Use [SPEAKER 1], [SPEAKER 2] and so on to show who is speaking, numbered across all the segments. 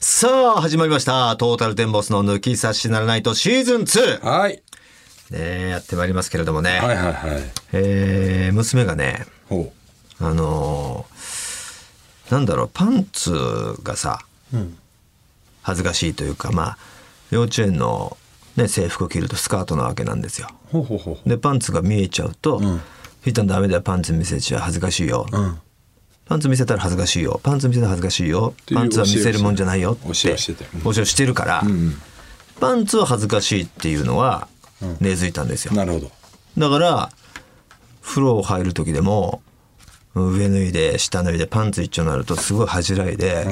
[SPEAKER 1] さあ、始まりました。トータルテンボスの抜き差しならないとシーズン 2! ね
[SPEAKER 2] はい。
[SPEAKER 1] えやってまいりますけれどもね。
[SPEAKER 2] はいはいはい。
[SPEAKER 1] えー、娘がね、
[SPEAKER 2] ほ
[SPEAKER 1] あのーなんだろう、パンツがさ、
[SPEAKER 2] う。うん。
[SPEAKER 1] 恥ずかしいというか、まあ、幼稚園の、ね、制服を着るとスカートなわけなんですよ。
[SPEAKER 2] ほうほうほうほ
[SPEAKER 1] で、パンツが見えちゃうと、
[SPEAKER 2] ん
[SPEAKER 1] ひーたんダメだよ、パンツ見せちゃ恥ずかしいよ。
[SPEAKER 2] う。うん。
[SPEAKER 1] パンツ見せたら恥ずかしいよパンツ見せたら恥ずかしいよ
[SPEAKER 2] ていう
[SPEAKER 1] パンツは見せるもんじゃないよって
[SPEAKER 2] 教えをして教えをしてたようん
[SPEAKER 1] 教えをしてるから、
[SPEAKER 2] ん
[SPEAKER 1] パンツは恥ずかしいっていうのは根付いたんですよ、
[SPEAKER 2] なるほど。
[SPEAKER 1] だから風呂入る時でも上脱いで下脱いでパンツ一丁になるとすごい恥じらいで、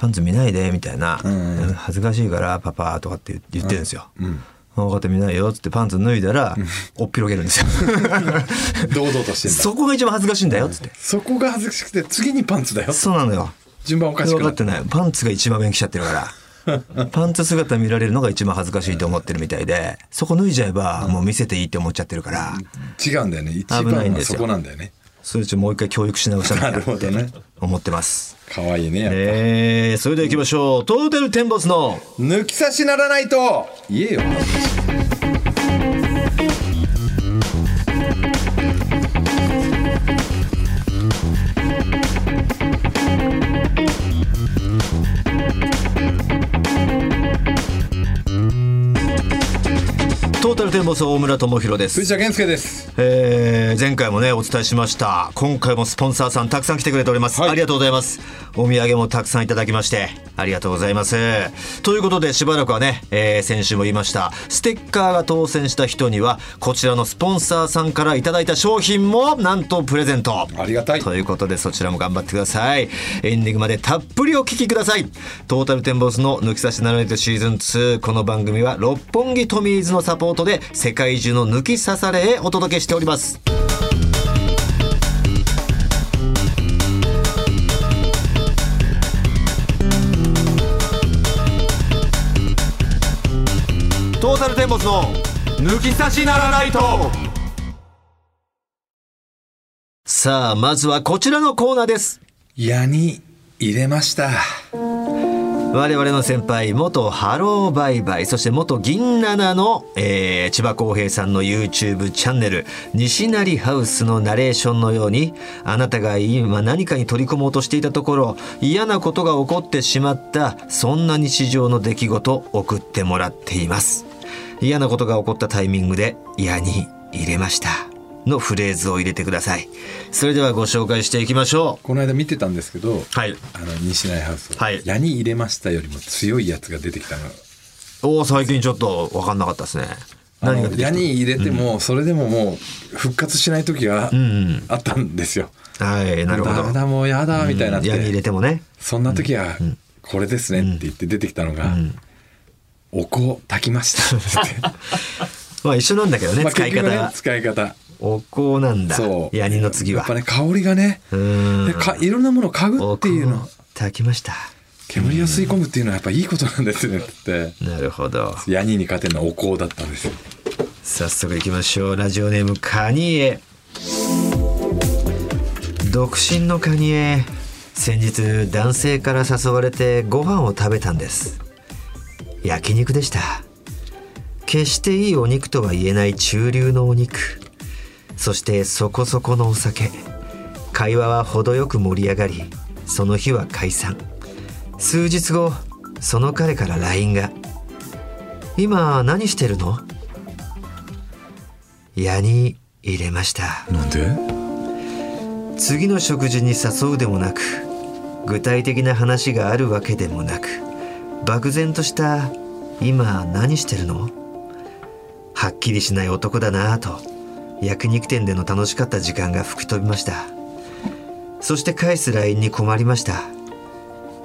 [SPEAKER 1] パンツ見ないでみたいな、
[SPEAKER 2] んうん
[SPEAKER 1] 恥ずかしいからパパとかって言言ってるんですよ、
[SPEAKER 2] うん。
[SPEAKER 1] 分かって見ないよっつってパンツ脱いだら、おっぴろげるんです よ
[SPEAKER 2] 堂々としてんだ。
[SPEAKER 1] そこが一番恥ずかしいんだよっつって、
[SPEAKER 2] そこが恥ずかしくて、次にパンツだよ。
[SPEAKER 1] そうなのよ
[SPEAKER 2] 順番おかしく
[SPEAKER 1] 分
[SPEAKER 2] な
[SPEAKER 1] かっ
[SPEAKER 2] っ
[SPEAKER 1] てて
[SPEAKER 2] る。
[SPEAKER 1] ないパンツが一番目に来ちゃってるから パンツ姿見られるのが一番恥ずかしいと思ってるみたいでそこ脱いじゃえばもう見せていいって思っちゃってるから、
[SPEAKER 2] 違うんだよね。一
[SPEAKER 1] 危ない
[SPEAKER 2] 番
[SPEAKER 1] ん
[SPEAKER 2] は
[SPEAKER 1] です
[SPEAKER 2] そ
[SPEAKER 1] よ
[SPEAKER 2] こなんだよね。
[SPEAKER 1] それちょっともう一回教育し直した
[SPEAKER 2] ないるほどね。
[SPEAKER 1] 思ってます
[SPEAKER 2] 可愛いね。やっぱ
[SPEAKER 1] えー、それでは行きましょうトータルテンボスの
[SPEAKER 2] 抜き差しならないと言えよ
[SPEAKER 1] トータルテンボス大村智弘です
[SPEAKER 2] 藤田健介です
[SPEAKER 1] えー前回もねお伝えしました今回もスポンサーさんたくさん来てくれております、
[SPEAKER 2] はい
[SPEAKER 1] ありがとうございますお土産もたくさんいただきましてありがとうございますということでしばらくはね、えー先週も言いましたステッカーが当選した人にはこちらのスポンサーさんからいただいた商品もなんとプレゼント
[SPEAKER 2] ありがたい
[SPEAKER 1] ということでそちらも頑張ってくださいエンディングまでたっぷりお聞きくださいトータルテンボスの抜き差しならないとシーズン2この番組は六本木トミーズのサポートで世界中の抜き差されへお届けしておりますトータルテンボスの抜き差しならないとさあまずはこちらのコーナーです
[SPEAKER 2] 矢に入れました
[SPEAKER 1] 我々の先輩元ハローバイバイそして元銀七の、えー千葉公平さんの YouTube チャンネル「西成ハウス」のナレーションのようにあなたが今何かに取り込もうとしていたところ嫌なことが起こってしまったそんな日常の出来事送ってもらっています嫌なことが起こったタイミングで「嫌に入れました」のフレーズを入れてくださいそれではご紹介していきましょう
[SPEAKER 2] この間見てたんですけど
[SPEAKER 1] はい
[SPEAKER 2] あの西成ハウス、
[SPEAKER 1] はい
[SPEAKER 2] 矢に入れましたよりも強いやつが出てきたの
[SPEAKER 1] おお最近ちょっと分かんなかったですね
[SPEAKER 2] あ
[SPEAKER 1] 何が出
[SPEAKER 2] の
[SPEAKER 1] てき
[SPEAKER 2] 矢
[SPEAKER 1] た
[SPEAKER 2] に入れても、それでももう復活しない時が
[SPEAKER 1] ん
[SPEAKER 2] あったんですよ、
[SPEAKER 1] はい、なるほど。
[SPEAKER 2] ダメだもうやだみたいになって、
[SPEAKER 1] 矢に入れてもね。
[SPEAKER 2] そんな時はこれですねって言って出てきたのが、お香炊きましたって言って
[SPEAKER 1] まあ一緒なんだけどね、
[SPEAKER 2] まあ
[SPEAKER 1] 使い方
[SPEAKER 2] 結局
[SPEAKER 1] が
[SPEAKER 2] ね。使い方
[SPEAKER 1] お香なんだ
[SPEAKER 2] そ。う
[SPEAKER 1] ヤニの次は
[SPEAKER 2] やっ。ぱね香りがね
[SPEAKER 1] うー
[SPEAKER 2] で
[SPEAKER 1] ん。
[SPEAKER 2] かいろんなものを嗅ぐっていう
[SPEAKER 1] お香
[SPEAKER 2] の
[SPEAKER 1] を炊きました。
[SPEAKER 2] 煙を吸い込むっていうのはやっぱいいことなんですねって言って
[SPEAKER 1] なるほど。
[SPEAKER 2] ヤニに勝てるのはお香だったんですよ
[SPEAKER 1] 早速行きましょう。ラジオネームカニエ。独身のカニエ。先日男性から誘われてご飯を食べたんです。焼肉でした。決していいお肉とは言えない中流のお肉。そしてそこそこのお酒会話は程よく盛り上がりその日は解散数日後その彼から LINE が「今何してるの?」矢に入れました
[SPEAKER 2] なんで
[SPEAKER 1] 次の食事に誘うでもなく具体的な話があるわけでもなく漠然とした「今何してるの?」はっきりしない男だなぁと焼肉店での楽しかった時間が吹き飛びましたそして返す LINE に困りました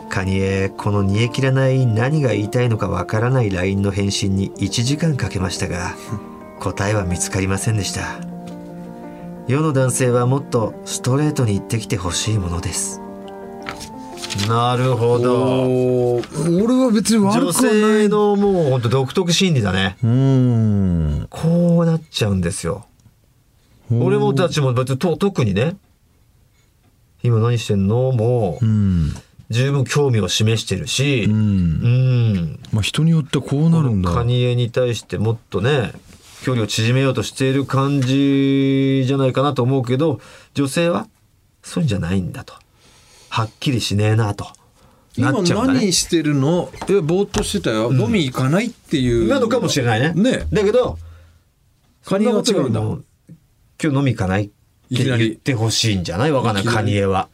[SPEAKER 1] カニエこの煮え切らない何が言いたいのかわからない LINE の返信に1時間かけましたが答えは見つかりませんでした世の男性はもっとストレートに言ってきてほしいものですなるほ
[SPEAKER 2] おー俺は別に
[SPEAKER 1] 女性のもう本当独特心理だね
[SPEAKER 2] うん
[SPEAKER 1] こうなっちゃうんですよ。俺もたちも別にと特にね、今何してんのもう、
[SPEAKER 2] ん
[SPEAKER 1] 十分興味を示してるし、うん、
[SPEAKER 3] まあ、人によってこうなるんだ
[SPEAKER 1] カニエに対してもっとね距離を縮めようとしている感じじゃないかなと思うけど女性はそうじゃないんだとはっきりしねえなと。
[SPEAKER 2] 今何してるのえぼーっとしてたよ、うん、飲み行かないっていう
[SPEAKER 1] なのかもしれないね
[SPEAKER 2] ね
[SPEAKER 1] だけど
[SPEAKER 2] カニエは違うんだ
[SPEAKER 1] 今日飲み行かないって言ってほしいんじゃないわかんないカニエは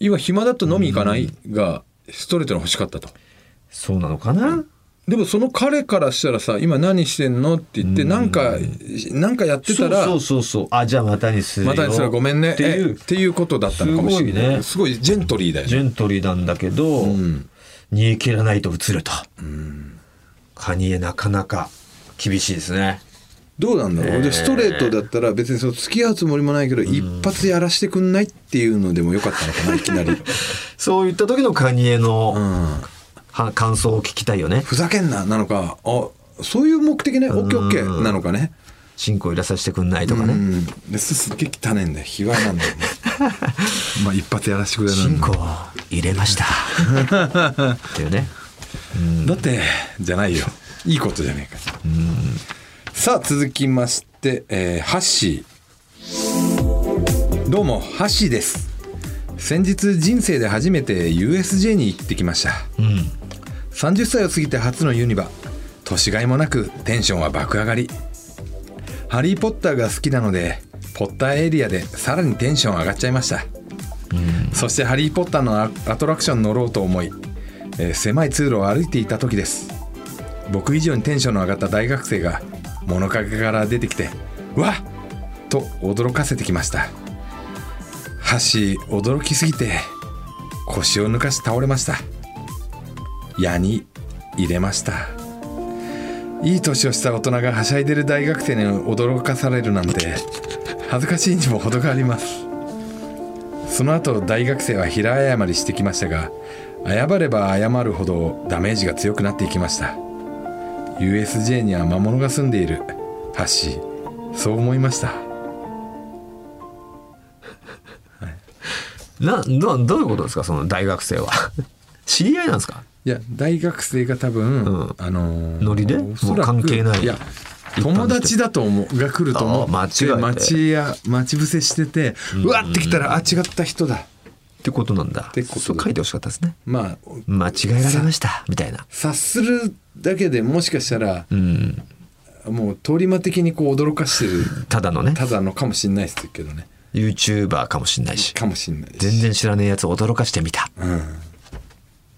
[SPEAKER 2] 今暇だと飲み行かないがストレートに欲しかったと、
[SPEAKER 1] そうなのかな
[SPEAKER 2] でもその彼からしたらさ今何してんのって言ってなんか、うなんかやってたら
[SPEAKER 1] そうそうそうあじゃあまたにする
[SPEAKER 2] またにするごめんねっていうっていうことだったのかもしれないすごい,、ジェントリーだよね
[SPEAKER 1] ジェントリーなんだけど、うん、煮え切らないと映ると、うん、カニエなかなか厳しいですね
[SPEAKER 2] どうなんだろう、ね、ストレートだったら別にその付き合うつもりもないけど、一発やらしてくんないっていうのでもよかったの かないきなり
[SPEAKER 1] そういった時のカニエの、うんは感想を聞きたいよね
[SPEAKER 2] ふざけんななのかあそういう目的ね OKOK なのかね
[SPEAKER 1] 進行入れさせてくんないとかね
[SPEAKER 2] ですすっげえ汚ねんだよ卑猥なんだよね まあ一発やらせてくれない
[SPEAKER 1] 進行入れましたっていうね
[SPEAKER 2] だってじゃないよいいことじゃねえかさあ続きまして、えー、ハッシーどうもハッシーです先日人生で初めて USJ に行ってきました、うん30歳を過ぎて初のユニバ年がいもなくテンションは爆上がりハリー・ポッターが好きなのでポッターエリアでさらにテンション上がっちゃいました、うん、そしてハリー・ポッターのアトラクション乗ろうと思い、えー、狭い通路を歩いていた時です僕以上にテンションの上がった大学生が物陰から出てきて「わっ!」と驚かせてきました箸驚きすぎて腰を抜かし倒れました矢に入れましたいい年をした大人がはしゃいでる大学生に驚かされるなんて恥ずかしいにも程がありますその後大学生は平謝りしてきましたが謝れば謝るほどダメージが強くなっていきました USJ には魔物が住んでいるハシそう思いました
[SPEAKER 1] ななどういうことですかその大学生は 知り合いなんですか
[SPEAKER 2] いや大学生が多分、うん、あのー、
[SPEAKER 1] ノリで関係ない
[SPEAKER 2] いや友達だと思うが来ると思って待や待ち伏せしてて、うわって来たら、うん、あ違った人だ
[SPEAKER 1] ってことなんだってことそう書いてほしかったですね
[SPEAKER 2] まあ
[SPEAKER 1] 間違えられましたみたいな
[SPEAKER 2] 察するだけでもしかしたら、うん、もう通り魔的にこう驚かしてる
[SPEAKER 1] ただのね
[SPEAKER 2] ただのかもしんないですけどね
[SPEAKER 1] YouTuber かもしんないし
[SPEAKER 2] かもしんない
[SPEAKER 1] 全然知らねえやつを驚かしてみた、うん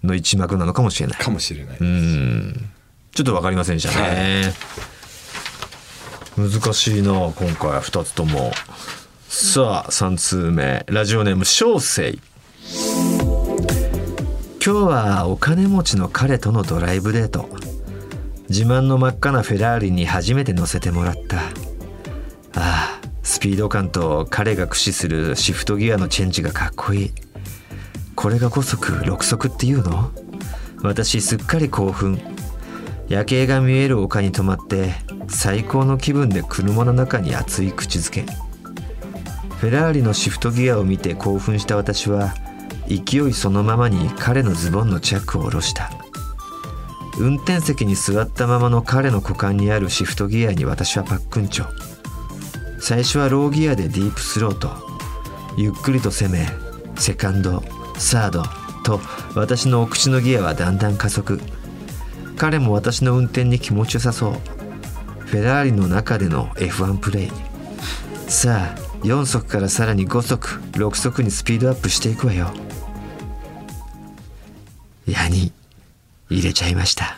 [SPEAKER 1] の一幕なのかもしれない。
[SPEAKER 2] かもしれない。
[SPEAKER 1] ちょっとわかりませんでしたね。はい、難しいな、今回二つとも。さあ、三通目、ラジオネーム小生。今日はお金持ちの彼とのドライブデート。自慢の真っ赤なフェラーリに初めて乗せてもらった。ああ、スピード感と彼が駆使するシフトギアのチェンジがかっこいい。これが5足6足っていうの私すっかり興奮夜景が見える丘に泊まって最高の気分で車の中に熱い口づけフェラーリのシフトギアを見て興奮した私は勢いそのままに彼のズボンのチャックを下ろした運転席に座ったままの彼の股間にあるシフトギアに私はパックンチョ最初はローギアでディープスロートゆっくりと攻めセカンドサードと私のお口のギアはだんだん加速彼も私の運転に気持ちよさそうフェラーリの中での F1 プレイさあ4速からさらに5速6速にスピードアップしていくわよ矢に入れちゃいました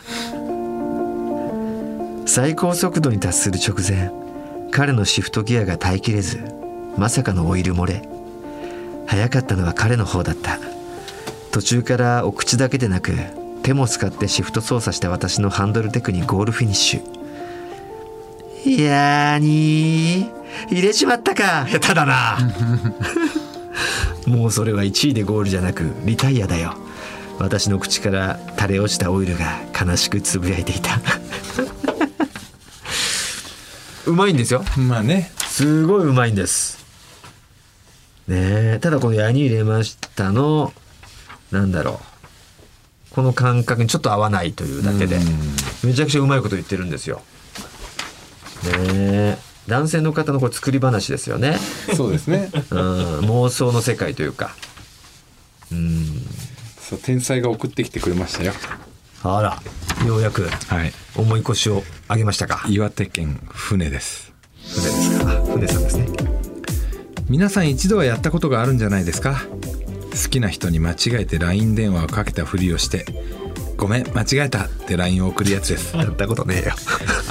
[SPEAKER 1] 最高速度に達する直前彼のシフトギアが耐えきれずまさかのオイル漏れ早かったのは彼の方だった途中からお口だけでなく手も使ってシフト操作した私のハンドルテクにゴールフィニッシュいやーに入れちまったか下手だなもうそれは1位でゴールじゃなくリタイアだよ私の口から垂れ落ちたオイルが悲しくつぶやいていたうまいんですよ
[SPEAKER 2] まあね
[SPEAKER 1] すごいうまいんですねただこの「矢に入れましたの」なんだろうこの感覚にちょっと合わないというだけでめちゃくちゃうまいこと言ってるんですよ。ねえ男性の方のこれ作り話ですよね。
[SPEAKER 2] そうです ね
[SPEAKER 1] うん妄想の世界というか。うん
[SPEAKER 2] そう天才が送ってきてくれましたよ
[SPEAKER 1] あらようやく
[SPEAKER 2] はい
[SPEAKER 1] 重い腰を上げましたか。
[SPEAKER 2] 岩手県船です
[SPEAKER 1] 船ですか。船さんですね。
[SPEAKER 2] 皆さん一度はやったことがあるんじゃないですか好きな人に間違えて LINE 電話をかけたふりをして「ごめん間違えた」って LINE を送るやつです
[SPEAKER 1] やったことねえよ。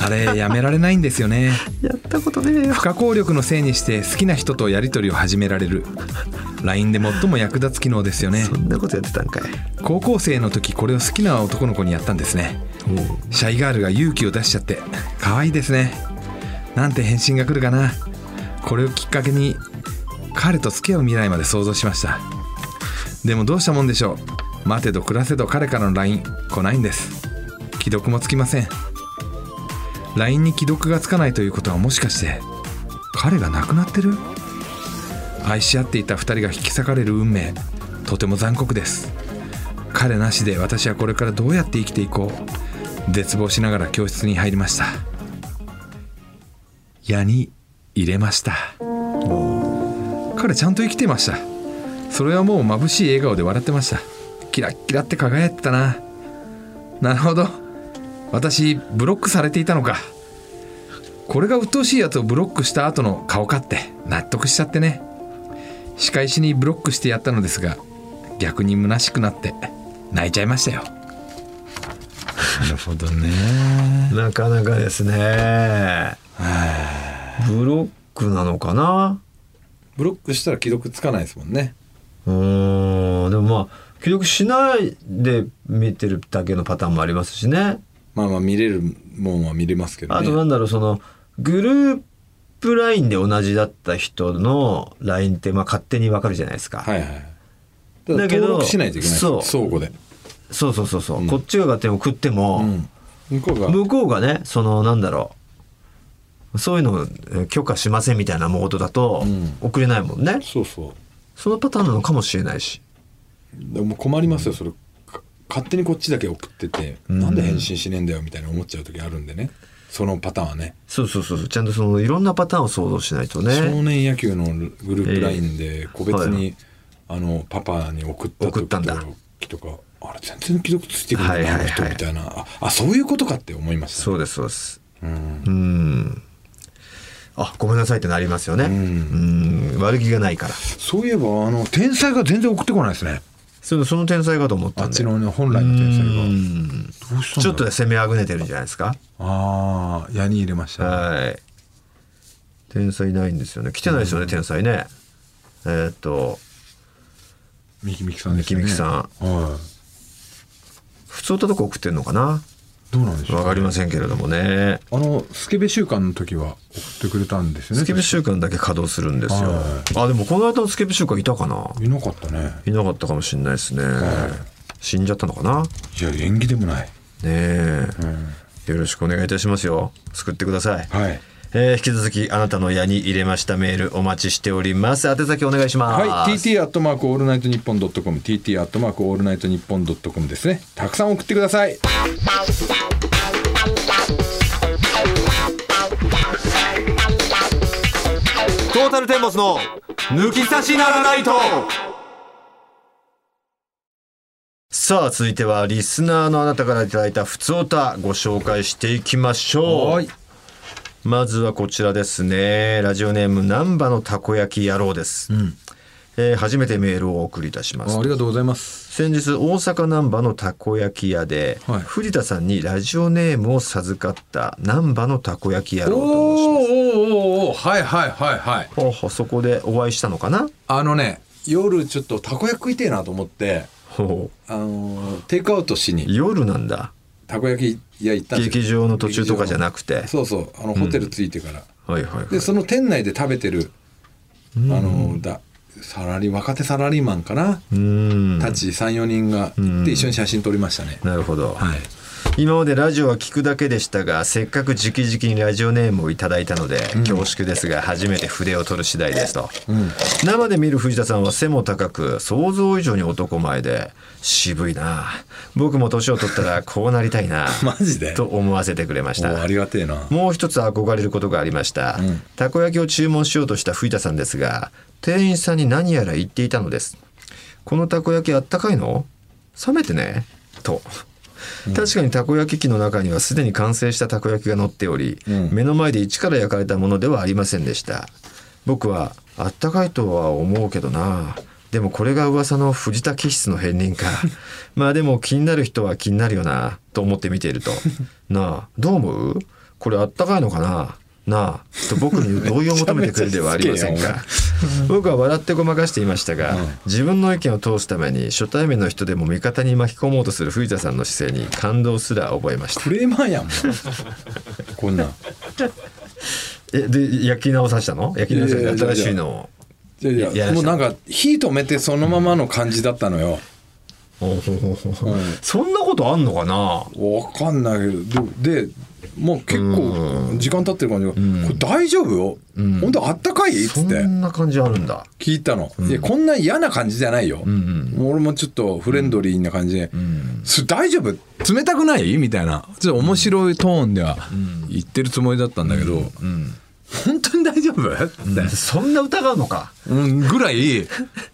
[SPEAKER 2] あれやめられないんですよね
[SPEAKER 1] やったことねえよ
[SPEAKER 2] 不。可抗力のせいにして好きな人とやり取りを始められる LINE で最も役立つ機能ですよね
[SPEAKER 1] そんなことやってたんかい。
[SPEAKER 2] 高校生の時これを好きな男の子にやったんですねシャイガールが勇気を出しちゃって可愛いですねなんて返信が来るかなこれをきっかけに彼と付き合う未来まで想像しましたでもどうしたもんでしょう待てど暮らせど彼からの LINE 来ないんです既読もつきません LINE に既読がつかないということはもしかして彼が亡くなってる愛し合っていた2人が引き裂かれる運命とても残酷です彼なしで私はこれからどうやって生きていこう絶望しながら教室に入りました矢に入れました彼ちゃんと生きてましたそれはもう眩しい笑顔で笑ってましたキラッキラって輝いてたななるほど私ブロックされていたのかこれが鬱陶しいやつをブロックした後の顔かって納得しちゃってね仕返しにブロックしてやったのですが逆に虚しくなって泣いちゃいましたよなるほどね
[SPEAKER 1] なかなかですね。ブロックなのかな。
[SPEAKER 2] ブロックしたら既読つかないですもんね
[SPEAKER 1] うーん、でもまあ、既読しないで見てるだけのパターンもありますしね。
[SPEAKER 2] まあまあ見れるもんは見れますけど
[SPEAKER 1] あとな
[SPEAKER 2] ね
[SPEAKER 1] んだろう、その、グループ LINE で同じだった人の LINE って、まあ勝手にわかるじゃないですか。
[SPEAKER 2] はいはいただ
[SPEAKER 1] だけど
[SPEAKER 2] 登録しないといけない
[SPEAKER 1] そう
[SPEAKER 2] 相互で、
[SPEAKER 1] そうそうそうそう。
[SPEAKER 2] うん
[SPEAKER 1] こっちが勝手に送っても、
[SPEAKER 2] うん向こうが
[SPEAKER 1] 向こうがね、その、なんだろう。そういうのをえー許可しませんみたいなモードだと
[SPEAKER 2] うん
[SPEAKER 1] 送れないもんね、
[SPEAKER 2] そうそう
[SPEAKER 1] そのパターンなのかもしれないし
[SPEAKER 2] でも困りますよそれか勝手にこっちだけ送ってて、
[SPEAKER 1] ん
[SPEAKER 2] なんで返信しねえんだよみたいな思っちゃう時あるんでねそのパターンはね
[SPEAKER 1] そうそうそうそうちゃんとそのいろんなパターンを想像しないと
[SPEAKER 2] 少
[SPEAKER 1] ね
[SPEAKER 2] 年野球のグループ LINE で個別に、あのパパに送った
[SPEAKER 1] 送ったんだ
[SPEAKER 2] 時とかあれ全然既読ついてくるん
[SPEAKER 1] はい
[SPEAKER 2] だ
[SPEAKER 1] はい
[SPEAKER 2] あ
[SPEAKER 1] はい
[SPEAKER 2] の人みたいな、ああそういうことかって思いました
[SPEAKER 1] そうですそうです
[SPEAKER 2] うん
[SPEAKER 1] うんあごめんなさいってなりますよねうん悪気がないから
[SPEAKER 2] そういえばあの天才が全然送ってこないですね
[SPEAKER 1] そのその天才かと思っ
[SPEAKER 2] あ
[SPEAKER 1] た
[SPEAKER 2] っ
[SPEAKER 1] んで
[SPEAKER 2] ちの、ね、本来の天才が
[SPEAKER 1] うん
[SPEAKER 2] どうしたんだろう
[SPEAKER 1] ちょっと攻めあぐねてるんじゃないですか
[SPEAKER 2] ああ矢に入れました、
[SPEAKER 1] はい天才いないんですよね来てないですよね天才ねえーっと
[SPEAKER 2] ミキミキさんですね
[SPEAKER 1] ミキミキさ
[SPEAKER 2] んは
[SPEAKER 1] 普通のとこ送ってんのかない
[SPEAKER 2] どうなんでしょう
[SPEAKER 1] わかりませんけれどもね
[SPEAKER 2] あのスケベ週間の時は送ってくれたんですよね
[SPEAKER 1] スケベ週間だけ稼働するんですよ
[SPEAKER 2] は
[SPEAKER 1] あでもこの間のスケベ週間いたかない
[SPEAKER 2] なかったね
[SPEAKER 1] いなかったかもしれないですね、死んじゃったのかない
[SPEAKER 2] や縁起でもない、
[SPEAKER 1] ねえ、
[SPEAKER 2] うん、
[SPEAKER 1] よろしくお願いいたしますよ救ってください、
[SPEAKER 2] はい
[SPEAKER 1] えー引き続きあなたの矢に入れましたメールお待ちしております宛先お願いします
[SPEAKER 2] はい、TT アットマークオールナイトニッポンドットコム TT アットマークオールナイトニッポンドットコムですねたくさん送ってください
[SPEAKER 1] トータルテンボスの抜き差しならないとさあ続いてはリスナーのあなたからいただいたふつおたご紹介していきましょう
[SPEAKER 2] はい
[SPEAKER 1] まずはこちらですねラジオネーム難波のたこ焼き野郎です、えー初めてメールをお送りいたします
[SPEAKER 2] ありがとうございます
[SPEAKER 1] 先日大阪難波のたこ焼き屋で、
[SPEAKER 2] はい
[SPEAKER 1] 藤田さんにラジオネームを授かった難波のたこ焼き野
[SPEAKER 2] おー
[SPEAKER 1] 郎
[SPEAKER 2] お
[SPEAKER 1] と申します
[SPEAKER 2] ーおーおーはいはいはいはい
[SPEAKER 1] ほうほうそこでお会いしたのかな
[SPEAKER 2] あのね夜ちょっとたこ焼き食いてえなと思って
[SPEAKER 1] ほ
[SPEAKER 2] あのーテイクアウトし
[SPEAKER 1] う
[SPEAKER 2] に
[SPEAKER 1] 夜なんだ
[SPEAKER 2] たこ焼き屋行ったんですよ
[SPEAKER 1] 劇場の途中とかじゃなくて
[SPEAKER 2] そうそうあのホテル着いてから、
[SPEAKER 1] はいはいはい
[SPEAKER 2] でその店内で食べてる、あのだサラリー若手サラリーマンかな
[SPEAKER 1] うーん
[SPEAKER 2] たち34人が行って一緒に写真撮りましたね、
[SPEAKER 1] なるほど、
[SPEAKER 2] はい
[SPEAKER 1] 今までラジオは聞くだけでしたがせっかく直々にラジオネームをいただいたので、恐縮ですが初めて筆を取る次第ですと、生で見る藤田さんは背も高く想像以上に男前で渋いな僕も年を取ったらこうなりたい な
[SPEAKER 2] マジで
[SPEAKER 1] と思わせてくれまし
[SPEAKER 2] おー
[SPEAKER 1] た
[SPEAKER 2] ありがてえな
[SPEAKER 1] もう一つ憧れることがありました、たこ焼きを注文しようとした藤田さんですが店員さんに何やら言っていたのですこのたこ焼きあったかいの冷めてねと確かにたこ焼き器の中にはすでに完成したたこ焼きが乗っており、
[SPEAKER 2] うん
[SPEAKER 1] 目の前で一から焼かれたものではありませんでした僕はあったかいとは思うけどなでもこれが噂の藤田気質の片 鱗かまあでも気になる人は気になるよなと思って見ているとなあどう思うこれあったかいのかななあと僕に同意を求めてくれではありません
[SPEAKER 2] めちゃ
[SPEAKER 1] か
[SPEAKER 2] めちゃ
[SPEAKER 1] 僕は笑ってごまかしていましたが、自分の意見を通すために初対面の人でも味方に巻き込もうとする藤田さんの姿勢に感動すら覚えました
[SPEAKER 2] クレーマーやん もうこんなん
[SPEAKER 1] えで焼き直さしたの焼き直さし
[SPEAKER 2] い
[SPEAKER 1] た
[SPEAKER 2] やいや
[SPEAKER 1] 新しいのを
[SPEAKER 2] いやいや
[SPEAKER 1] いや
[SPEAKER 2] もうなんか火止めてそのままの感じだったのよ、
[SPEAKER 1] おほほほほ
[SPEAKER 2] うん
[SPEAKER 1] そんなことあんのかな
[SPEAKER 2] わかんないけどででもう結構時間経ってる感じが「これ大丈夫よ、本当あったかい?」っ
[SPEAKER 1] そ
[SPEAKER 2] つって
[SPEAKER 1] んな感じあるんだ
[SPEAKER 2] 聞いたの、いやこんな嫌な感じじゃないよ、
[SPEAKER 1] ん
[SPEAKER 2] もう俺もちょっとフレンドリーな感じで「
[SPEAKER 1] ん
[SPEAKER 2] それ大丈夫?」
[SPEAKER 3] 冷たくないみたいなちょっと面白いトーンでは言ってるつもりだったんだけど、本当に大丈夫って、
[SPEAKER 1] そんな疑うのか
[SPEAKER 3] うんぐらい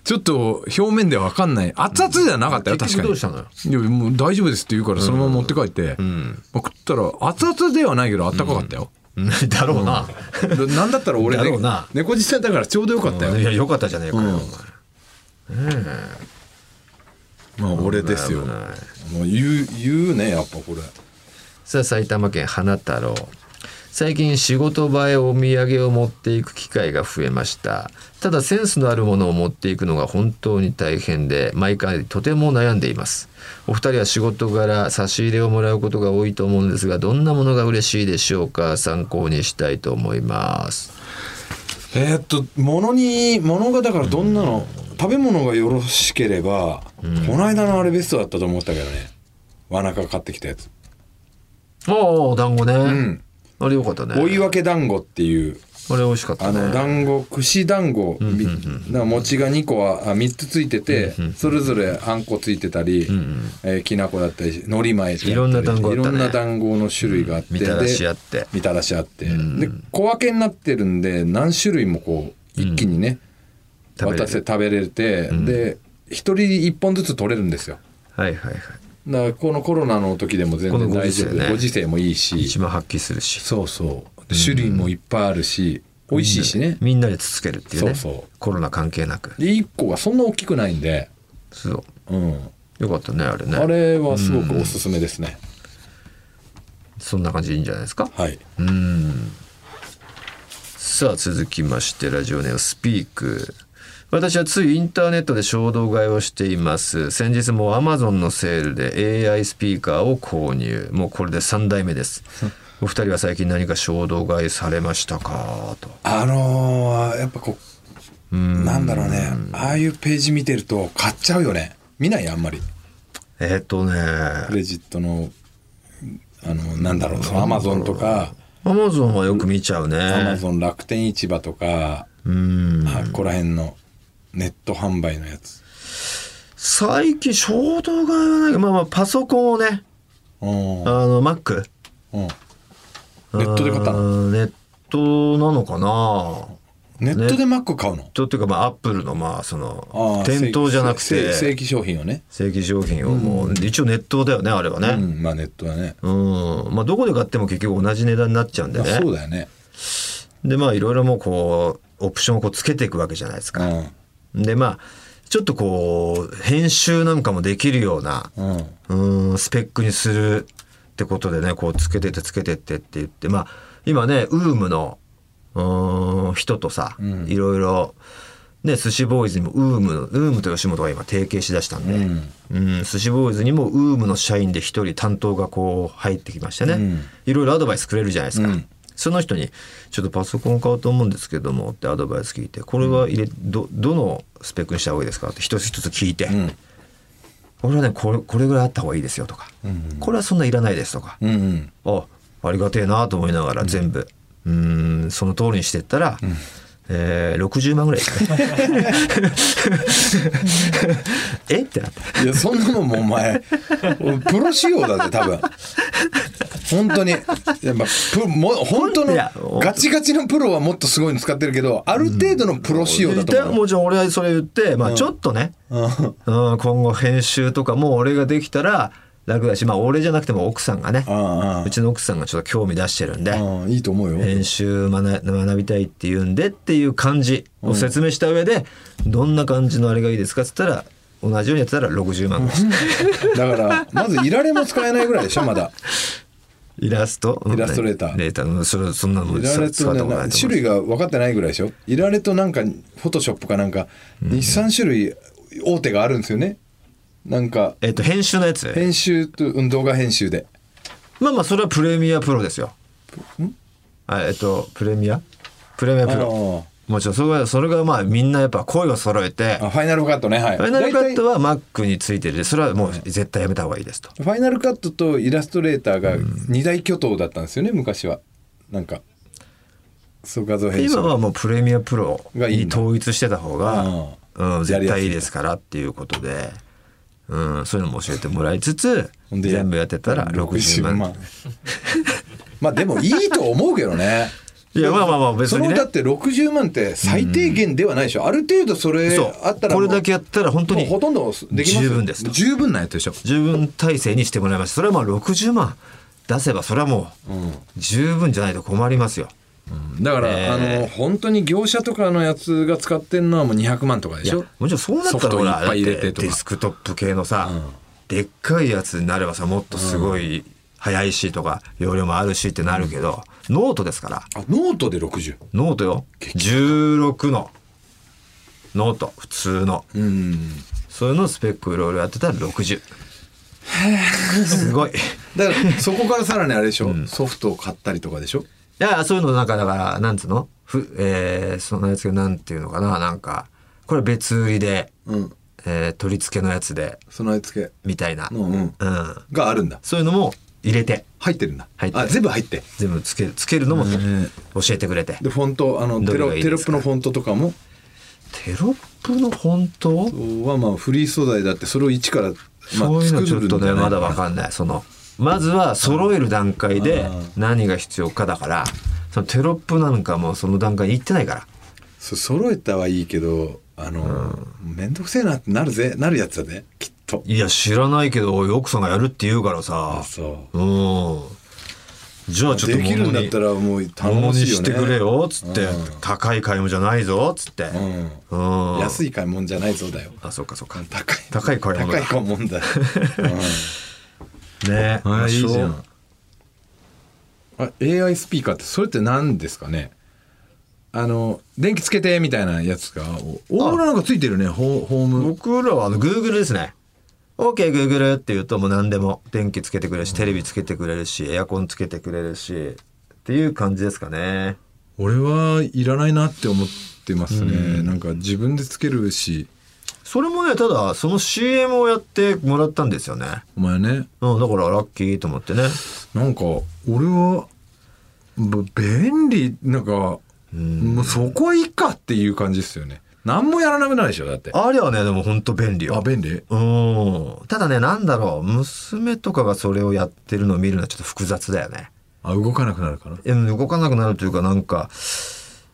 [SPEAKER 3] ちょっと表面では分かんない熱々じゃなかったよ
[SPEAKER 1] 結
[SPEAKER 3] 確か
[SPEAKER 1] 局
[SPEAKER 3] に
[SPEAKER 1] どうしたのよ
[SPEAKER 3] いやもう大丈夫ですって言うからそのまま持って帰って、
[SPEAKER 1] ん
[SPEAKER 3] まあ食ったら熱々ではないけどあったかかったよ、
[SPEAKER 1] だろうな、
[SPEAKER 2] でなんだったら俺、
[SPEAKER 1] だ
[SPEAKER 2] ね
[SPEAKER 1] ろうな、
[SPEAKER 2] 猫舌だからちょうどよかったよ、
[SPEAKER 1] いやよかったじゃねえかよ、
[SPEAKER 2] うん
[SPEAKER 1] お前
[SPEAKER 2] まあ俺ですよ
[SPEAKER 1] 危ない
[SPEAKER 2] もう言う言うねやっぱこれ
[SPEAKER 1] さあ埼玉県花太郎最近仕事場へお土産を持っていく機会が増えましたただセンスのあるものを持っていくのが本当に大変で毎回とても悩んでいますお二人は仕事柄差し入れをもらうことが多いと思うんですがどんなものが嬉しいでしょうか参考にしたいと思います
[SPEAKER 2] えーっと物に物がだからどんなの、食べ物がよろしければ、この間のあれベストだったと思ったけどねわなか買ってきたやつ、
[SPEAKER 1] ああ団子ね、
[SPEAKER 2] うん、
[SPEAKER 1] あれよかったね
[SPEAKER 2] 追い分け団子っていう
[SPEAKER 1] あれ美味しかった
[SPEAKER 2] あ
[SPEAKER 1] ね
[SPEAKER 2] の団子串団子、みなんか餅が2個はあ3つついてて、それぞれあんこついてたり、えーきな粉だったり海苔巻いてあったり
[SPEAKER 1] いろんな団子あったね
[SPEAKER 2] いろんな団子の種類があって、
[SPEAKER 1] みたらしあって
[SPEAKER 2] みたらしあって、で小分けになってるんで何種類もこう一気にね、
[SPEAKER 1] 食べれる
[SPEAKER 2] 渡せ食べれて、で一人一本ずつ取れるんですよ
[SPEAKER 1] はいはいはい
[SPEAKER 2] だからこのコロナの時でも全
[SPEAKER 1] このご
[SPEAKER 2] 然大
[SPEAKER 1] 時世
[SPEAKER 2] 丈夫、
[SPEAKER 1] ね
[SPEAKER 2] ご時世もいいし
[SPEAKER 1] 一番発揮するし
[SPEAKER 2] そうそうで種類もいっぱいあるし、美味しいしね
[SPEAKER 1] みんなでつつけるっていうね
[SPEAKER 2] そうそう
[SPEAKER 1] コロナ関係なく
[SPEAKER 2] で1個がそんな大きくないんで、
[SPEAKER 1] そう
[SPEAKER 2] うん、
[SPEAKER 1] よかったねあれね
[SPEAKER 2] あれはすごくおすすめですね、
[SPEAKER 1] そんな感じでいいんじゃないですか
[SPEAKER 2] はい
[SPEAKER 1] さあ続きましてラジオネームスピーク私はついインターネットで衝動買いをしています先日も Amazon のセールで AI スピーカーを購入もうこれで3代目です お二人は最近何か衝動買いされましたかと
[SPEAKER 2] あのーやっぱこうなんだろうねああいうページ見てると買っちゃうよね見ないあんまり
[SPEAKER 1] えっ、とね
[SPEAKER 2] クレジットのあのなんだろうそのアマゾンとか
[SPEAKER 1] Amazon はよく見ちゃう
[SPEAKER 2] アマ
[SPEAKER 1] ね
[SPEAKER 2] ゾン楽天市場とか、
[SPEAKER 1] うん
[SPEAKER 2] あここら辺のネット販売のやつ、
[SPEAKER 1] 最近衝動買いはないけどまあまあパソコンをね
[SPEAKER 2] うん
[SPEAKER 1] あの Mac
[SPEAKER 2] うんネットで買ったの
[SPEAKER 1] うんネットなのかな
[SPEAKER 2] ネットで Mac 買うの
[SPEAKER 1] ちょっというかまあアップルのまあその
[SPEAKER 2] あー
[SPEAKER 1] 店頭じゃなく
[SPEAKER 2] せ
[SPEAKER 1] て
[SPEAKER 2] 正規商品をね
[SPEAKER 1] 正規商品をもう一応ネットだよねあれは
[SPEAKER 2] う
[SPEAKER 1] ね
[SPEAKER 2] んまあネットはね、
[SPEAKER 1] うんまあどこで買っても結局同じ値段になっちゃうんで
[SPEAKER 2] まあ、そう
[SPEAKER 1] ね
[SPEAKER 2] だよね
[SPEAKER 1] でまあいろいろもうこうオプションをこうつけていくわけじゃないです
[SPEAKER 2] う
[SPEAKER 1] か
[SPEAKER 2] ん
[SPEAKER 1] でまあちょっとこう編集なんかもできるような
[SPEAKER 2] うん
[SPEAKER 1] うんスペックにするってことでねこうつけてってつけてってって言ってまあ今ねウームのうーん人とさ、
[SPEAKER 2] ん
[SPEAKER 1] いろいろね寿司ボーイズにもウームのウームと吉本が今提携しだしたんで、
[SPEAKER 2] うん
[SPEAKER 1] うん寿司ボーイズにもウームの社員で一人担当がこう入ってきましてね、
[SPEAKER 2] うん
[SPEAKER 1] いろいろアドバイスくれるじゃないですか、
[SPEAKER 2] うん
[SPEAKER 1] その人に「ちょっとパソコン買おうと思うんですけども」ってアドバイス聞いて「これは入れどどのスペックにした方がいいですか?」って一つ一つ聞いて、
[SPEAKER 2] うん
[SPEAKER 1] 俺はねこれこれぐらいあった方がいいですよとか、これはそんないらないですとか、
[SPEAKER 2] うんうん
[SPEAKER 1] あありがてえなと思いながら全部うーんその通りにしてったら、えー、60万ぐらいですね えってなって
[SPEAKER 2] いやそんなもんもうお前 プロ仕様だぜ多分本当にやっぱプも本当の
[SPEAKER 1] いや
[SPEAKER 2] ガチガチのプロはもっとすごいの使ってるけどある程度のプロ仕様だと
[SPEAKER 1] で
[SPEAKER 2] 思う、
[SPEAKER 1] もちろん俺はそれ言って、まあ、ちょっとね、うん今後編集とかも俺ができたら楽だしまあ俺じゃなくても奥さんがね
[SPEAKER 2] ああ
[SPEAKER 1] うちの奥さんがちょっと興味出してるんで。
[SPEAKER 2] ああいいと思うよ、
[SPEAKER 1] 編集学学びたいっていうんでっていう感じを説明した上で、どんな感じのあれがいいですかっつったら同じようにやってたら60万ぐらいです
[SPEAKER 2] だからまずいられも使えないぐらいでしょまだ
[SPEAKER 1] イラスト
[SPEAKER 2] イラストレーター
[SPEAKER 1] うんレーターのそれ そんなの
[SPEAKER 2] いられ
[SPEAKER 1] 使
[SPEAKER 2] と
[SPEAKER 1] っ
[SPEAKER 2] ね
[SPEAKER 1] たことない
[SPEAKER 2] な
[SPEAKER 1] と思
[SPEAKER 2] 種
[SPEAKER 1] う
[SPEAKER 2] 類が分かってないぐらいでしょいられとなんかフォトショップかなんか23種類大手があるんですよねなんか
[SPEAKER 1] えっと編集のやつ
[SPEAKER 2] 編集とうん動画編集で
[SPEAKER 1] まあまあそれはプレミアプロですよあえっとプレミアプレミアプ
[SPEAKER 2] あ
[SPEAKER 1] ロ
[SPEAKER 2] の
[SPEAKER 1] もちろんそれがそれがまあみんなやっぱ声を揃えて
[SPEAKER 2] あファイナルカットねはい
[SPEAKER 1] ファイナルカット
[SPEAKER 2] 大
[SPEAKER 1] は Mac についてるそれはもう絶対やめた方がいいですと
[SPEAKER 2] 体ファイナルカットとイラストレーターが二大巨頭だったんですよね昔はなんかそう画像編集
[SPEAKER 1] 今はもうプレミアプロ
[SPEAKER 2] がいい
[SPEAKER 1] に
[SPEAKER 2] んだ
[SPEAKER 1] 統一してた方が、うん、
[SPEAKER 2] やり
[SPEAKER 1] 絶
[SPEAKER 2] やすい
[SPEAKER 1] 対いいですからっていうことで、うん、そういうのも教えてもらいつつ
[SPEAKER 2] ほんで
[SPEAKER 1] 全部やってたら60万
[SPEAKER 2] まあでもいいと思うけどね
[SPEAKER 1] いやまあまあまあ別
[SPEAKER 2] そ
[SPEAKER 1] に
[SPEAKER 2] の
[SPEAKER 1] ね
[SPEAKER 2] だって60万って最低限ではないでしょ、ある程度それ
[SPEAKER 1] そう
[SPEAKER 2] あったら
[SPEAKER 1] これだけやったら本当
[SPEAKER 2] もう
[SPEAKER 1] に
[SPEAKER 2] ほとんどできます
[SPEAKER 1] 十分ですと
[SPEAKER 3] 十分なやつでしょ
[SPEAKER 1] 十分体制にしてもらいましたそれはまあ60万出せばそれはもう十分じゃないと困りますよ
[SPEAKER 2] だから、
[SPEAKER 1] ねえ
[SPEAKER 2] あの本当に業者とかのやつが使ってんのはもう200万とかで
[SPEAKER 1] い
[SPEAKER 2] し
[SPEAKER 1] や
[SPEAKER 2] ょ
[SPEAKER 1] もちろんそうなっ
[SPEAKER 3] ソ
[SPEAKER 1] た
[SPEAKER 3] フト
[SPEAKER 1] らほ
[SPEAKER 3] をいっ
[SPEAKER 1] ら
[SPEAKER 3] ぱい入れて
[SPEAKER 1] だって
[SPEAKER 3] とか
[SPEAKER 1] デスクトップ系のさ、でっかいやつになればさもっとすごい速いしとか容量もあるしってなるけど、ノートですから
[SPEAKER 2] あノートで60
[SPEAKER 1] ノートよ16のノート普通の
[SPEAKER 2] うん
[SPEAKER 1] それのスペックいろいろやってたら60すごいい
[SPEAKER 2] だからそこからさらにあれでしょ、ソフトを買ったりとかでしょ
[SPEAKER 1] やそういうのなんかだからなんつうのふえー、そのやつがなんていうのかななんかこれ別売りで、
[SPEAKER 2] うん
[SPEAKER 1] えー取り付けのやつで
[SPEAKER 2] そのやつけ
[SPEAKER 1] みたいな、
[SPEAKER 2] の、うん、
[SPEAKER 1] うん、
[SPEAKER 2] があるんだ
[SPEAKER 1] そういうのも入れて
[SPEAKER 2] 入ってるんだ
[SPEAKER 1] 入ってる
[SPEAKER 2] あ全部入って
[SPEAKER 1] 全部つけつけるのも教えてくれて
[SPEAKER 2] でフォントあの
[SPEAKER 1] ど
[SPEAKER 2] テ
[SPEAKER 1] れ
[SPEAKER 2] ロ
[SPEAKER 1] がいい
[SPEAKER 2] テ
[SPEAKER 1] で
[SPEAKER 2] ロ
[SPEAKER 1] す
[SPEAKER 2] ッ
[SPEAKER 1] か
[SPEAKER 2] プのフォントとかも
[SPEAKER 1] テロップの本当
[SPEAKER 2] はまあフリー素材だってそれを一から、ま
[SPEAKER 1] そう
[SPEAKER 2] あ、
[SPEAKER 1] いうの
[SPEAKER 2] 作
[SPEAKER 1] ちょっ
[SPEAKER 2] るんじ
[SPEAKER 1] と
[SPEAKER 2] ゃな
[SPEAKER 1] ね
[SPEAKER 2] い
[SPEAKER 1] まだわかんないそのまずは揃える段階で何が必要かだからそのテロップなんかもうその段階に行ってないから
[SPEAKER 2] そ揃えたはいいけどあの、めんどくせえなってなるぜなるやつだねきっと
[SPEAKER 1] いや知らないけどおい奥さんがやるって言うからさ
[SPEAKER 2] そ
[SPEAKER 1] うんじゃあちょっと
[SPEAKER 2] できるんだったらもう頼も
[SPEAKER 1] 物
[SPEAKER 2] し
[SPEAKER 1] に
[SPEAKER 2] いよね
[SPEAKER 1] してくれよっつって、
[SPEAKER 2] うん
[SPEAKER 1] 高い買い物じゃないぞっつって、
[SPEAKER 2] う、うん
[SPEAKER 1] うん
[SPEAKER 2] 安い買い物じゃないぞだよ
[SPEAKER 1] あそうかそうかね
[SPEAKER 2] 高い
[SPEAKER 1] 高い買い物だ
[SPEAKER 2] 高い買い物だよ、
[SPEAKER 1] え
[SPEAKER 3] ああいいじゃん
[SPEAKER 2] うんあ AI スピーカーってそれって何ですかねあの電気つけてみたいなやつがお
[SPEAKER 3] オーラなんかついてるねホホーム
[SPEAKER 1] 僕らはあの Google ですね。OK Google って言うともう何でも電気つけてくれるしテレビつけてくれるしエアコンつけてくれるしっていう感じですかね。
[SPEAKER 2] 俺はいらないなって思ってますね、なんか自分でつけるし
[SPEAKER 1] それもねただその CM をやってもらったんですよね。
[SPEAKER 2] お前ね
[SPEAKER 1] うん、だからラッキーと思ってね。
[SPEAKER 2] なんか俺はぶ便利なんかもうそこはいいかっていう感じですよね何もやらなくなるでしょだって
[SPEAKER 1] あれはねでも本当便利
[SPEAKER 2] あ
[SPEAKER 1] よ。
[SPEAKER 2] 便利
[SPEAKER 1] うん。ただねなんだろう娘とかがそれをやってるのを見るのはちょっと複雑だよね。
[SPEAKER 2] あ動かなくなるから
[SPEAKER 1] うん動かなくなるというかなんか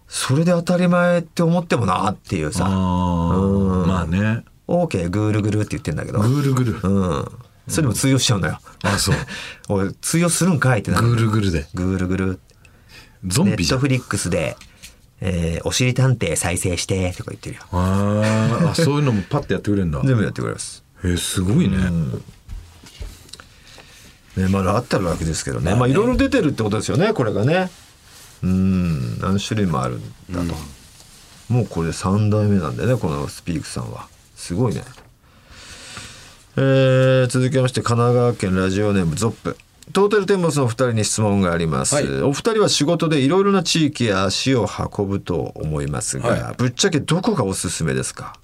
[SPEAKER 1] それで当たり前って思ってもなっていうさ。
[SPEAKER 2] あ
[SPEAKER 1] うん
[SPEAKER 2] ーまあね
[SPEAKER 1] OK グールグルって言ってんだけど、
[SPEAKER 2] グ
[SPEAKER 1] う
[SPEAKER 2] ールグル
[SPEAKER 1] ん、それでも通用しちゃうんだよ。
[SPEAKER 2] あそう
[SPEAKER 1] おい通用するんかいってな
[SPEAKER 2] グ
[SPEAKER 1] る。
[SPEAKER 2] ールグルで
[SPEAKER 1] グールグル。
[SPEAKER 2] ゾ
[SPEAKER 1] ネ
[SPEAKER 2] ンビ
[SPEAKER 1] ッ
[SPEAKER 2] じ
[SPEAKER 1] ト
[SPEAKER 2] ゃん
[SPEAKER 1] フリックスで、えーおしり探偵再生してとか言ってるよ。
[SPEAKER 2] あーあそういうのもパッてやってくれるんだ
[SPEAKER 1] 全部やってくれます。
[SPEAKER 2] えーすごいね
[SPEAKER 1] ね、まだあったらわけですけどね。まあいろいろ出てるってことですよね、これがね。うん、何種類もあるんだと。もうこれ3代目なんだよね、このスピークさんは。すごいね。えー続きまして神奈川県ラジオネームゾップトータルテンボスのお二人に質問があります、
[SPEAKER 2] はい
[SPEAKER 1] お二人は仕事でいろいろな地域へ足を運ぶと思いますが、
[SPEAKER 2] は
[SPEAKER 1] ぶっちゃけどこがおすすめですか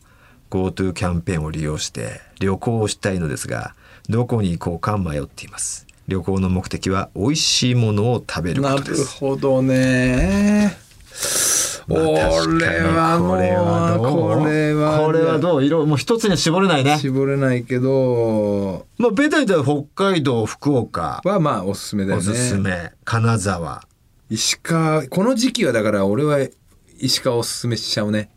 [SPEAKER 1] GoTo キャンペーンを利用して旅行をしたいのですがどこに行こうか迷っています旅行の目的は美味しいものを食べるこ
[SPEAKER 3] な
[SPEAKER 1] とで
[SPEAKER 3] る
[SPEAKER 1] す
[SPEAKER 3] ほどね。
[SPEAKER 1] まあ確かに
[SPEAKER 3] もう
[SPEAKER 1] これはどう
[SPEAKER 3] これは
[SPEAKER 1] これはどう色もう一つには絞れないね
[SPEAKER 3] 絞れないけど
[SPEAKER 1] まあベタに言ったら北海道福岡
[SPEAKER 3] はまあおすすめだよ
[SPEAKER 1] お
[SPEAKER 3] ね。
[SPEAKER 1] すすめ、金沢
[SPEAKER 3] 石川この時期はだから俺は石川おすすめしちゃうね。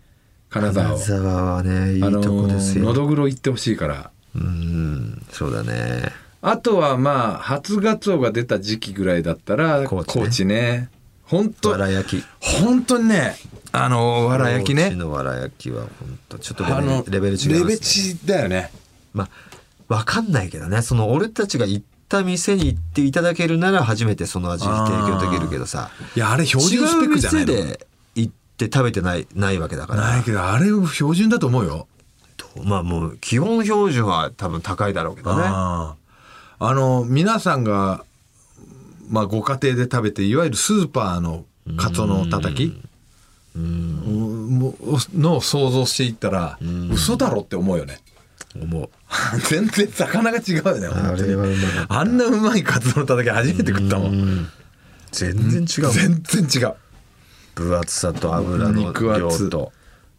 [SPEAKER 3] 金沢を。
[SPEAKER 1] 金沢はねいい
[SPEAKER 3] あの
[SPEAKER 1] とこですよ、
[SPEAKER 3] のどぐろ行ってほしいから。
[SPEAKER 1] うんそうだね
[SPEAKER 3] あとはまあ初ガツオが出た時期ぐらいだったら
[SPEAKER 1] 高
[SPEAKER 3] 高知
[SPEAKER 1] 知ね
[SPEAKER 3] ね。本当
[SPEAKER 1] わら焼き
[SPEAKER 3] 本当にねあのわら焼き
[SPEAKER 1] 高知
[SPEAKER 3] ね。
[SPEAKER 1] のわら焼きは本当ちょっとレ
[SPEAKER 3] あ
[SPEAKER 1] ベ
[SPEAKER 3] の
[SPEAKER 1] ルレベル違いますね
[SPEAKER 3] レベチだよね。
[SPEAKER 1] まあ、わかんないけどね、その俺たちが行った店に行っていただけるなら初めてその味提供できるけどさ、
[SPEAKER 3] いやあれ標準スペックじゃない
[SPEAKER 1] 違う
[SPEAKER 3] の。
[SPEAKER 1] 店で行って食べてない、ないわけだから。
[SPEAKER 3] ないけどあれを標準だと思うよ。
[SPEAKER 1] まあもう、基本標準は多分高いだろうけどね。
[SPEAKER 3] あーあの皆さんが、まあ、ご家庭で食べていわゆるスーパーのカツオのたたきうんもうのを想像していったら嘘だろって思うよね
[SPEAKER 1] 思う。
[SPEAKER 3] 全然魚が違うよね本当に
[SPEAKER 1] うまかっ
[SPEAKER 3] あんなうまいカツオのたたき初めて食ったもん
[SPEAKER 1] た全然違うもん。
[SPEAKER 3] 全然違う
[SPEAKER 1] 分厚さと油の
[SPEAKER 3] 肉
[SPEAKER 1] 量
[SPEAKER 3] 厚
[SPEAKER 1] と。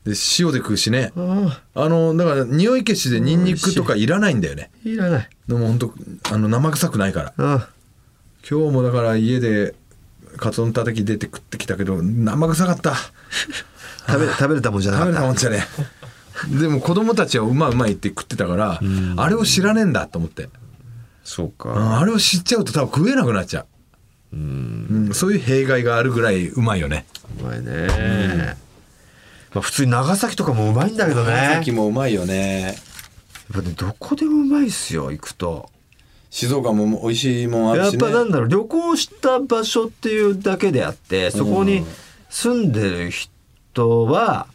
[SPEAKER 3] で塩で食うしねあのだから匂い消しでニンニクとかいらないんだよね
[SPEAKER 1] いらない。
[SPEAKER 3] でも本当あの生臭くないから
[SPEAKER 1] うん。
[SPEAKER 3] 今日もだから家でカツオのたたき出て食ってきたけど生臭かった
[SPEAKER 1] 食べ、食べれたもんじゃな
[SPEAKER 3] 食べ
[SPEAKER 1] かったた。
[SPEAKER 3] もんじゃねえでも子供たちはうまいうまいって食ってたからあれを知らねえんだと思って
[SPEAKER 1] そう
[SPEAKER 3] うん
[SPEAKER 1] か。
[SPEAKER 3] あれを知っちゃうと多分食えなくなっちゃううんそういう弊害があるぐらいうまいよね
[SPEAKER 1] うまいね。まあ普通に長崎とかもうまいんだけどね。
[SPEAKER 3] もうまいよね
[SPEAKER 1] やっぱねどこでもうまいっすよ行くと、
[SPEAKER 3] 静岡も美味しいもん
[SPEAKER 1] やっぱなんだろう旅行した場所っていうだけであってそこに住んでる人は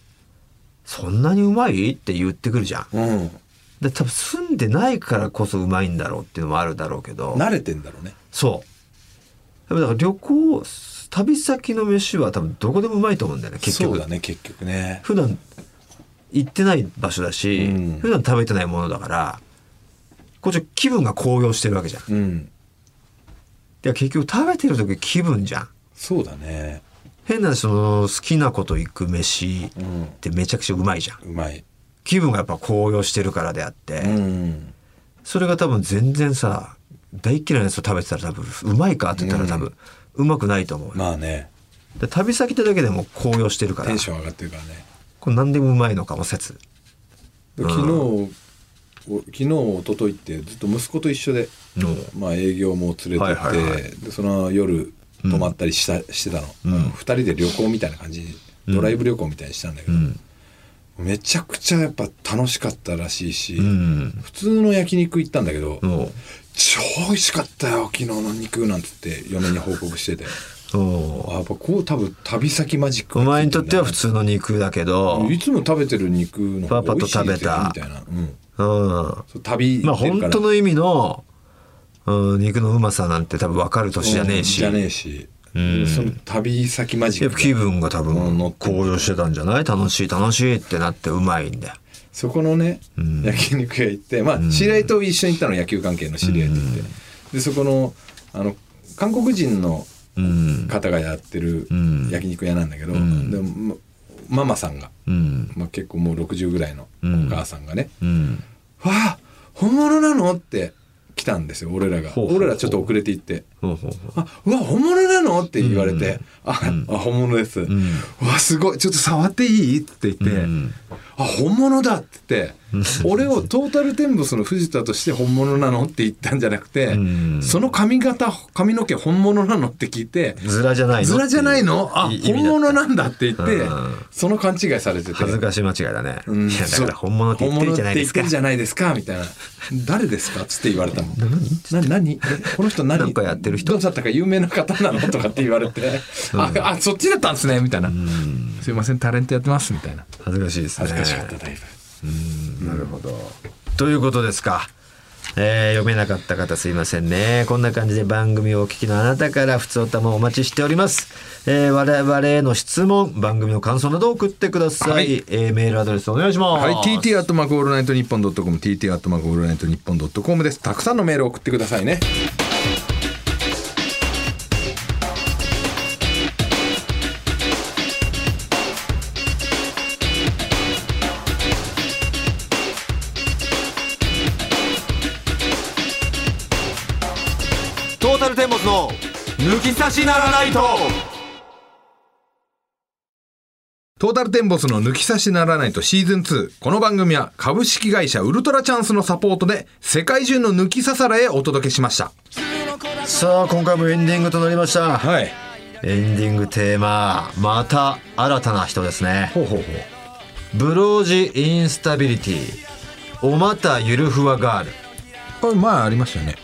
[SPEAKER 1] そんなにうまいって言ってくるじゃん
[SPEAKER 2] うん
[SPEAKER 1] で多分住んでないからこそうまいんだろうっていうのもあるだろうけど
[SPEAKER 2] れてんだろうね
[SPEAKER 1] そうやっぱだから旅行旅先の飯は多分どこでもうまいと思うんだよね結局
[SPEAKER 2] ね結局ね
[SPEAKER 1] 普段行ってない場所だし、
[SPEAKER 2] うん
[SPEAKER 1] 普段食べてないものだからこっちは気分が高揚してるわけじゃん
[SPEAKER 2] うん
[SPEAKER 1] いや結局食べてる時気分じゃん
[SPEAKER 2] そうだね
[SPEAKER 1] 変なその好きなこと行く飯っ
[SPEAKER 2] うん
[SPEAKER 1] てめちゃくちゃうまいじゃん
[SPEAKER 2] うまい
[SPEAKER 1] 気分がやっぱ高揚してるからであって、
[SPEAKER 2] ん
[SPEAKER 1] それが多分全然さ大嫌いなやつを食べてたら多分うまいかって言ったら多分、うまくないと思う、
[SPEAKER 2] まあね
[SPEAKER 1] で旅先ってだけでも高揚してるから
[SPEAKER 2] テンション上がってるからね
[SPEAKER 1] これ何でもうまいのかも説
[SPEAKER 2] 昨日、お昨日一昨日ってずっと息子と一緒で、
[SPEAKER 1] の
[SPEAKER 2] まあ、営業も連れてって、
[SPEAKER 1] はいはいはい
[SPEAKER 2] でその夜泊まったりした、してたの、あの二人で旅行みたいな感じドライブ旅行みたいにしたんだけど、めちゃくちゃやっぱ楽しかったらしいし、
[SPEAKER 1] うん
[SPEAKER 2] 普通の焼肉行ったんだけど、
[SPEAKER 1] の
[SPEAKER 2] 超美味しかったよ昨日の肉なんつって嫁に報告してて
[SPEAKER 1] の
[SPEAKER 2] あやっぱこう多分旅先マジック
[SPEAKER 1] お
[SPEAKER 2] がついてんだ
[SPEAKER 1] 前にと
[SPEAKER 2] な
[SPEAKER 1] っては普通の肉だけど、うん
[SPEAKER 2] いつも食べてる肉の方が美味しいぜ
[SPEAKER 1] パパと食べた
[SPEAKER 2] みたいな、うん、
[SPEAKER 1] ま
[SPEAKER 2] そう旅
[SPEAKER 1] あ
[SPEAKER 2] 行ってるから
[SPEAKER 1] 本当の意味の、うん、肉のうまさなんて多分分かる年じゃねえし、
[SPEAKER 2] じゃねえし、
[SPEAKER 1] ん
[SPEAKER 2] その旅先マジ
[SPEAKER 1] や
[SPEAKER 2] ッ
[SPEAKER 1] っぱ
[SPEAKER 2] ク
[SPEAKER 1] 気分が多
[SPEAKER 2] うん乗
[SPEAKER 1] 分
[SPEAKER 2] ってる
[SPEAKER 1] 高揚してたんじゃない楽しい楽しいってなってうまいんだよ。
[SPEAKER 2] そこのね、焼肉屋行ってまあ知り合いと一緒に行ったの野球関係の知り合いと行って、でそこのあの韓国人の
[SPEAKER 1] うん。
[SPEAKER 2] 方がやってる
[SPEAKER 1] ん
[SPEAKER 2] 焼肉屋なんだけど、でまママさんが、
[SPEAKER 1] うん。
[SPEAKER 2] まあ、結構もう60ぐらいのお
[SPEAKER 1] ん
[SPEAKER 2] 母さんがね
[SPEAKER 1] うん。
[SPEAKER 2] 「わあ本物なの?」って来たんですよ俺らが
[SPEAKER 1] ほうほうほう
[SPEAKER 2] 俺らちょっと遅れて行って
[SPEAKER 1] ほうほうほ
[SPEAKER 2] あうわ本物なのって言われて「ああ本物です」うわすごいちょっと触っていい?」って言って「
[SPEAKER 1] ん
[SPEAKER 2] あ本物だ」って言って俺をトータルテンボスの藤田として本物なのって言ったんじゃなくて、
[SPEAKER 1] ん
[SPEAKER 2] その髪型髪の毛本物なのって聞いて
[SPEAKER 1] う。ズラじゃな
[SPEAKER 2] 「
[SPEAKER 1] いの
[SPEAKER 2] ズラじゃないのあ
[SPEAKER 1] い意味
[SPEAKER 2] 本
[SPEAKER 1] だった
[SPEAKER 2] 物なんだ」って言って、
[SPEAKER 1] うん
[SPEAKER 2] その勘違いされてて。
[SPEAKER 1] 恥ずかしい間違いだね。
[SPEAKER 2] うん
[SPEAKER 1] いや、だ
[SPEAKER 2] そ
[SPEAKER 1] か
[SPEAKER 2] う
[SPEAKER 1] ら本物って言ってるじゃないですか。
[SPEAKER 2] 本物って言ってるじゃないですかみたいな「誰ですか?」っつって言われたもん「な 何えこの人何
[SPEAKER 1] なんかやってる人
[SPEAKER 2] どうだったか有名な方なの?」とかって言われて「ああそっちだったんですね」みたいな「すいませんタレントやってます」みたいな
[SPEAKER 1] 恥ずかしいですね。
[SPEAKER 2] 恥ずかしかっただいぶ
[SPEAKER 1] なるほど。ということですか。えー読めなかった方すいませんねこんな感じで番組をお聞きのあなたから普通おたもお待ちしております、えー我々への質問番組の感想などを送ってください、
[SPEAKER 2] はい
[SPEAKER 1] えーメールアドレスお願いします
[SPEAKER 2] はい、TT アットマークオールナイトニッポンドットコム TT アットマークオールナイトニッポンドットコムですたくさんのメールを送ってくださいね
[SPEAKER 1] トータルテンボスの抜き差しならないと
[SPEAKER 2] トータルテンボスの抜き差しならないとシーズン2この番組は株式会社ウルトラチャンスのサポートで世界中の抜き差さらへお届けしました
[SPEAKER 1] さあ今回もエンディングとなりました
[SPEAKER 2] はい
[SPEAKER 1] エンディングテーマまた新たな人ですね
[SPEAKER 2] ほうほうほう
[SPEAKER 1] ブロージインスタビリティおまたゆるふわガール
[SPEAKER 2] これ前ありましたよね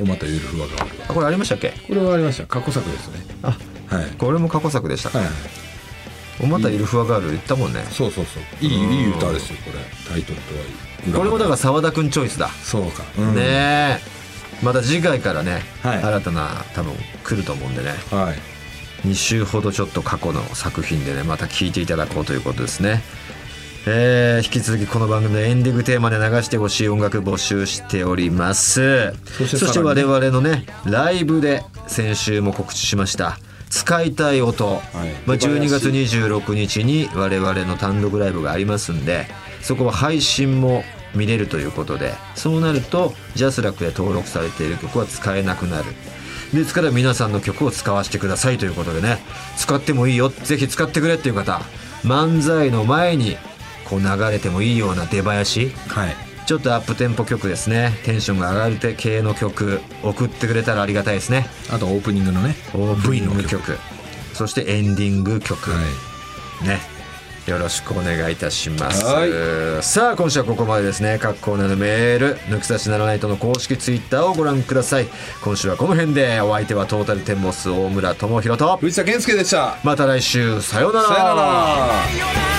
[SPEAKER 2] おまたゆるふわがある
[SPEAKER 1] あこれありましたっけ
[SPEAKER 2] これはありました過去作ですね
[SPEAKER 1] あ
[SPEAKER 2] はい
[SPEAKER 1] これも過去作でしたか、
[SPEAKER 2] はい
[SPEAKER 1] おまたゆるふわガール言ったもんね
[SPEAKER 2] そうそうそういいいい歌ですよこれタイトルとはいい
[SPEAKER 1] これもだから澤田君チョイスだ、
[SPEAKER 2] そうか、うん
[SPEAKER 1] ねえまた次回からね、
[SPEAKER 2] はい
[SPEAKER 1] 新たな多分来ると思うんでね
[SPEAKER 2] はい
[SPEAKER 1] 2週ほどちょっと過去の作品でねまた聞いていただこうということですねえー引き続きこの番組のエンディングテーマで流してほしい音楽募集しておりますそ
[SPEAKER 2] そ
[SPEAKER 1] し
[SPEAKER 2] して
[SPEAKER 1] て
[SPEAKER 2] さら
[SPEAKER 1] 我
[SPEAKER 2] に
[SPEAKER 1] 々のねライブで先週も告知しました使いたい音、まあ、12月26日に我々の単独ライブがありますんでそこは配信も見れるということでそうなるとジャスラックで登録されている曲は使えなくなるですから皆さんの曲を使わせてくださいということでね使ってもいいよぜひ使ってくれっていう方漫才の前にこう流れてもいいような出囃子
[SPEAKER 2] はい
[SPEAKER 1] ちょっとアップテンポ曲ですねテンションが上がるて系の曲送ってくれたらありがたいですね
[SPEAKER 2] あとオープニングのね
[SPEAKER 1] オープニ
[SPEAKER 2] V の
[SPEAKER 1] ング
[SPEAKER 2] 曲
[SPEAKER 1] 曲そしてエンディング曲、
[SPEAKER 2] はい
[SPEAKER 1] ねよろしくお願いいたします
[SPEAKER 2] は
[SPEAKER 1] さあ今週はここまでですね各コーナーのメール抜き差しならないとの公式ツイッターをご覧ください今週はこの辺でお相手はトータルテンボス大村智広と
[SPEAKER 2] 藤田健介でした
[SPEAKER 1] また来週さようなら
[SPEAKER 2] さよなら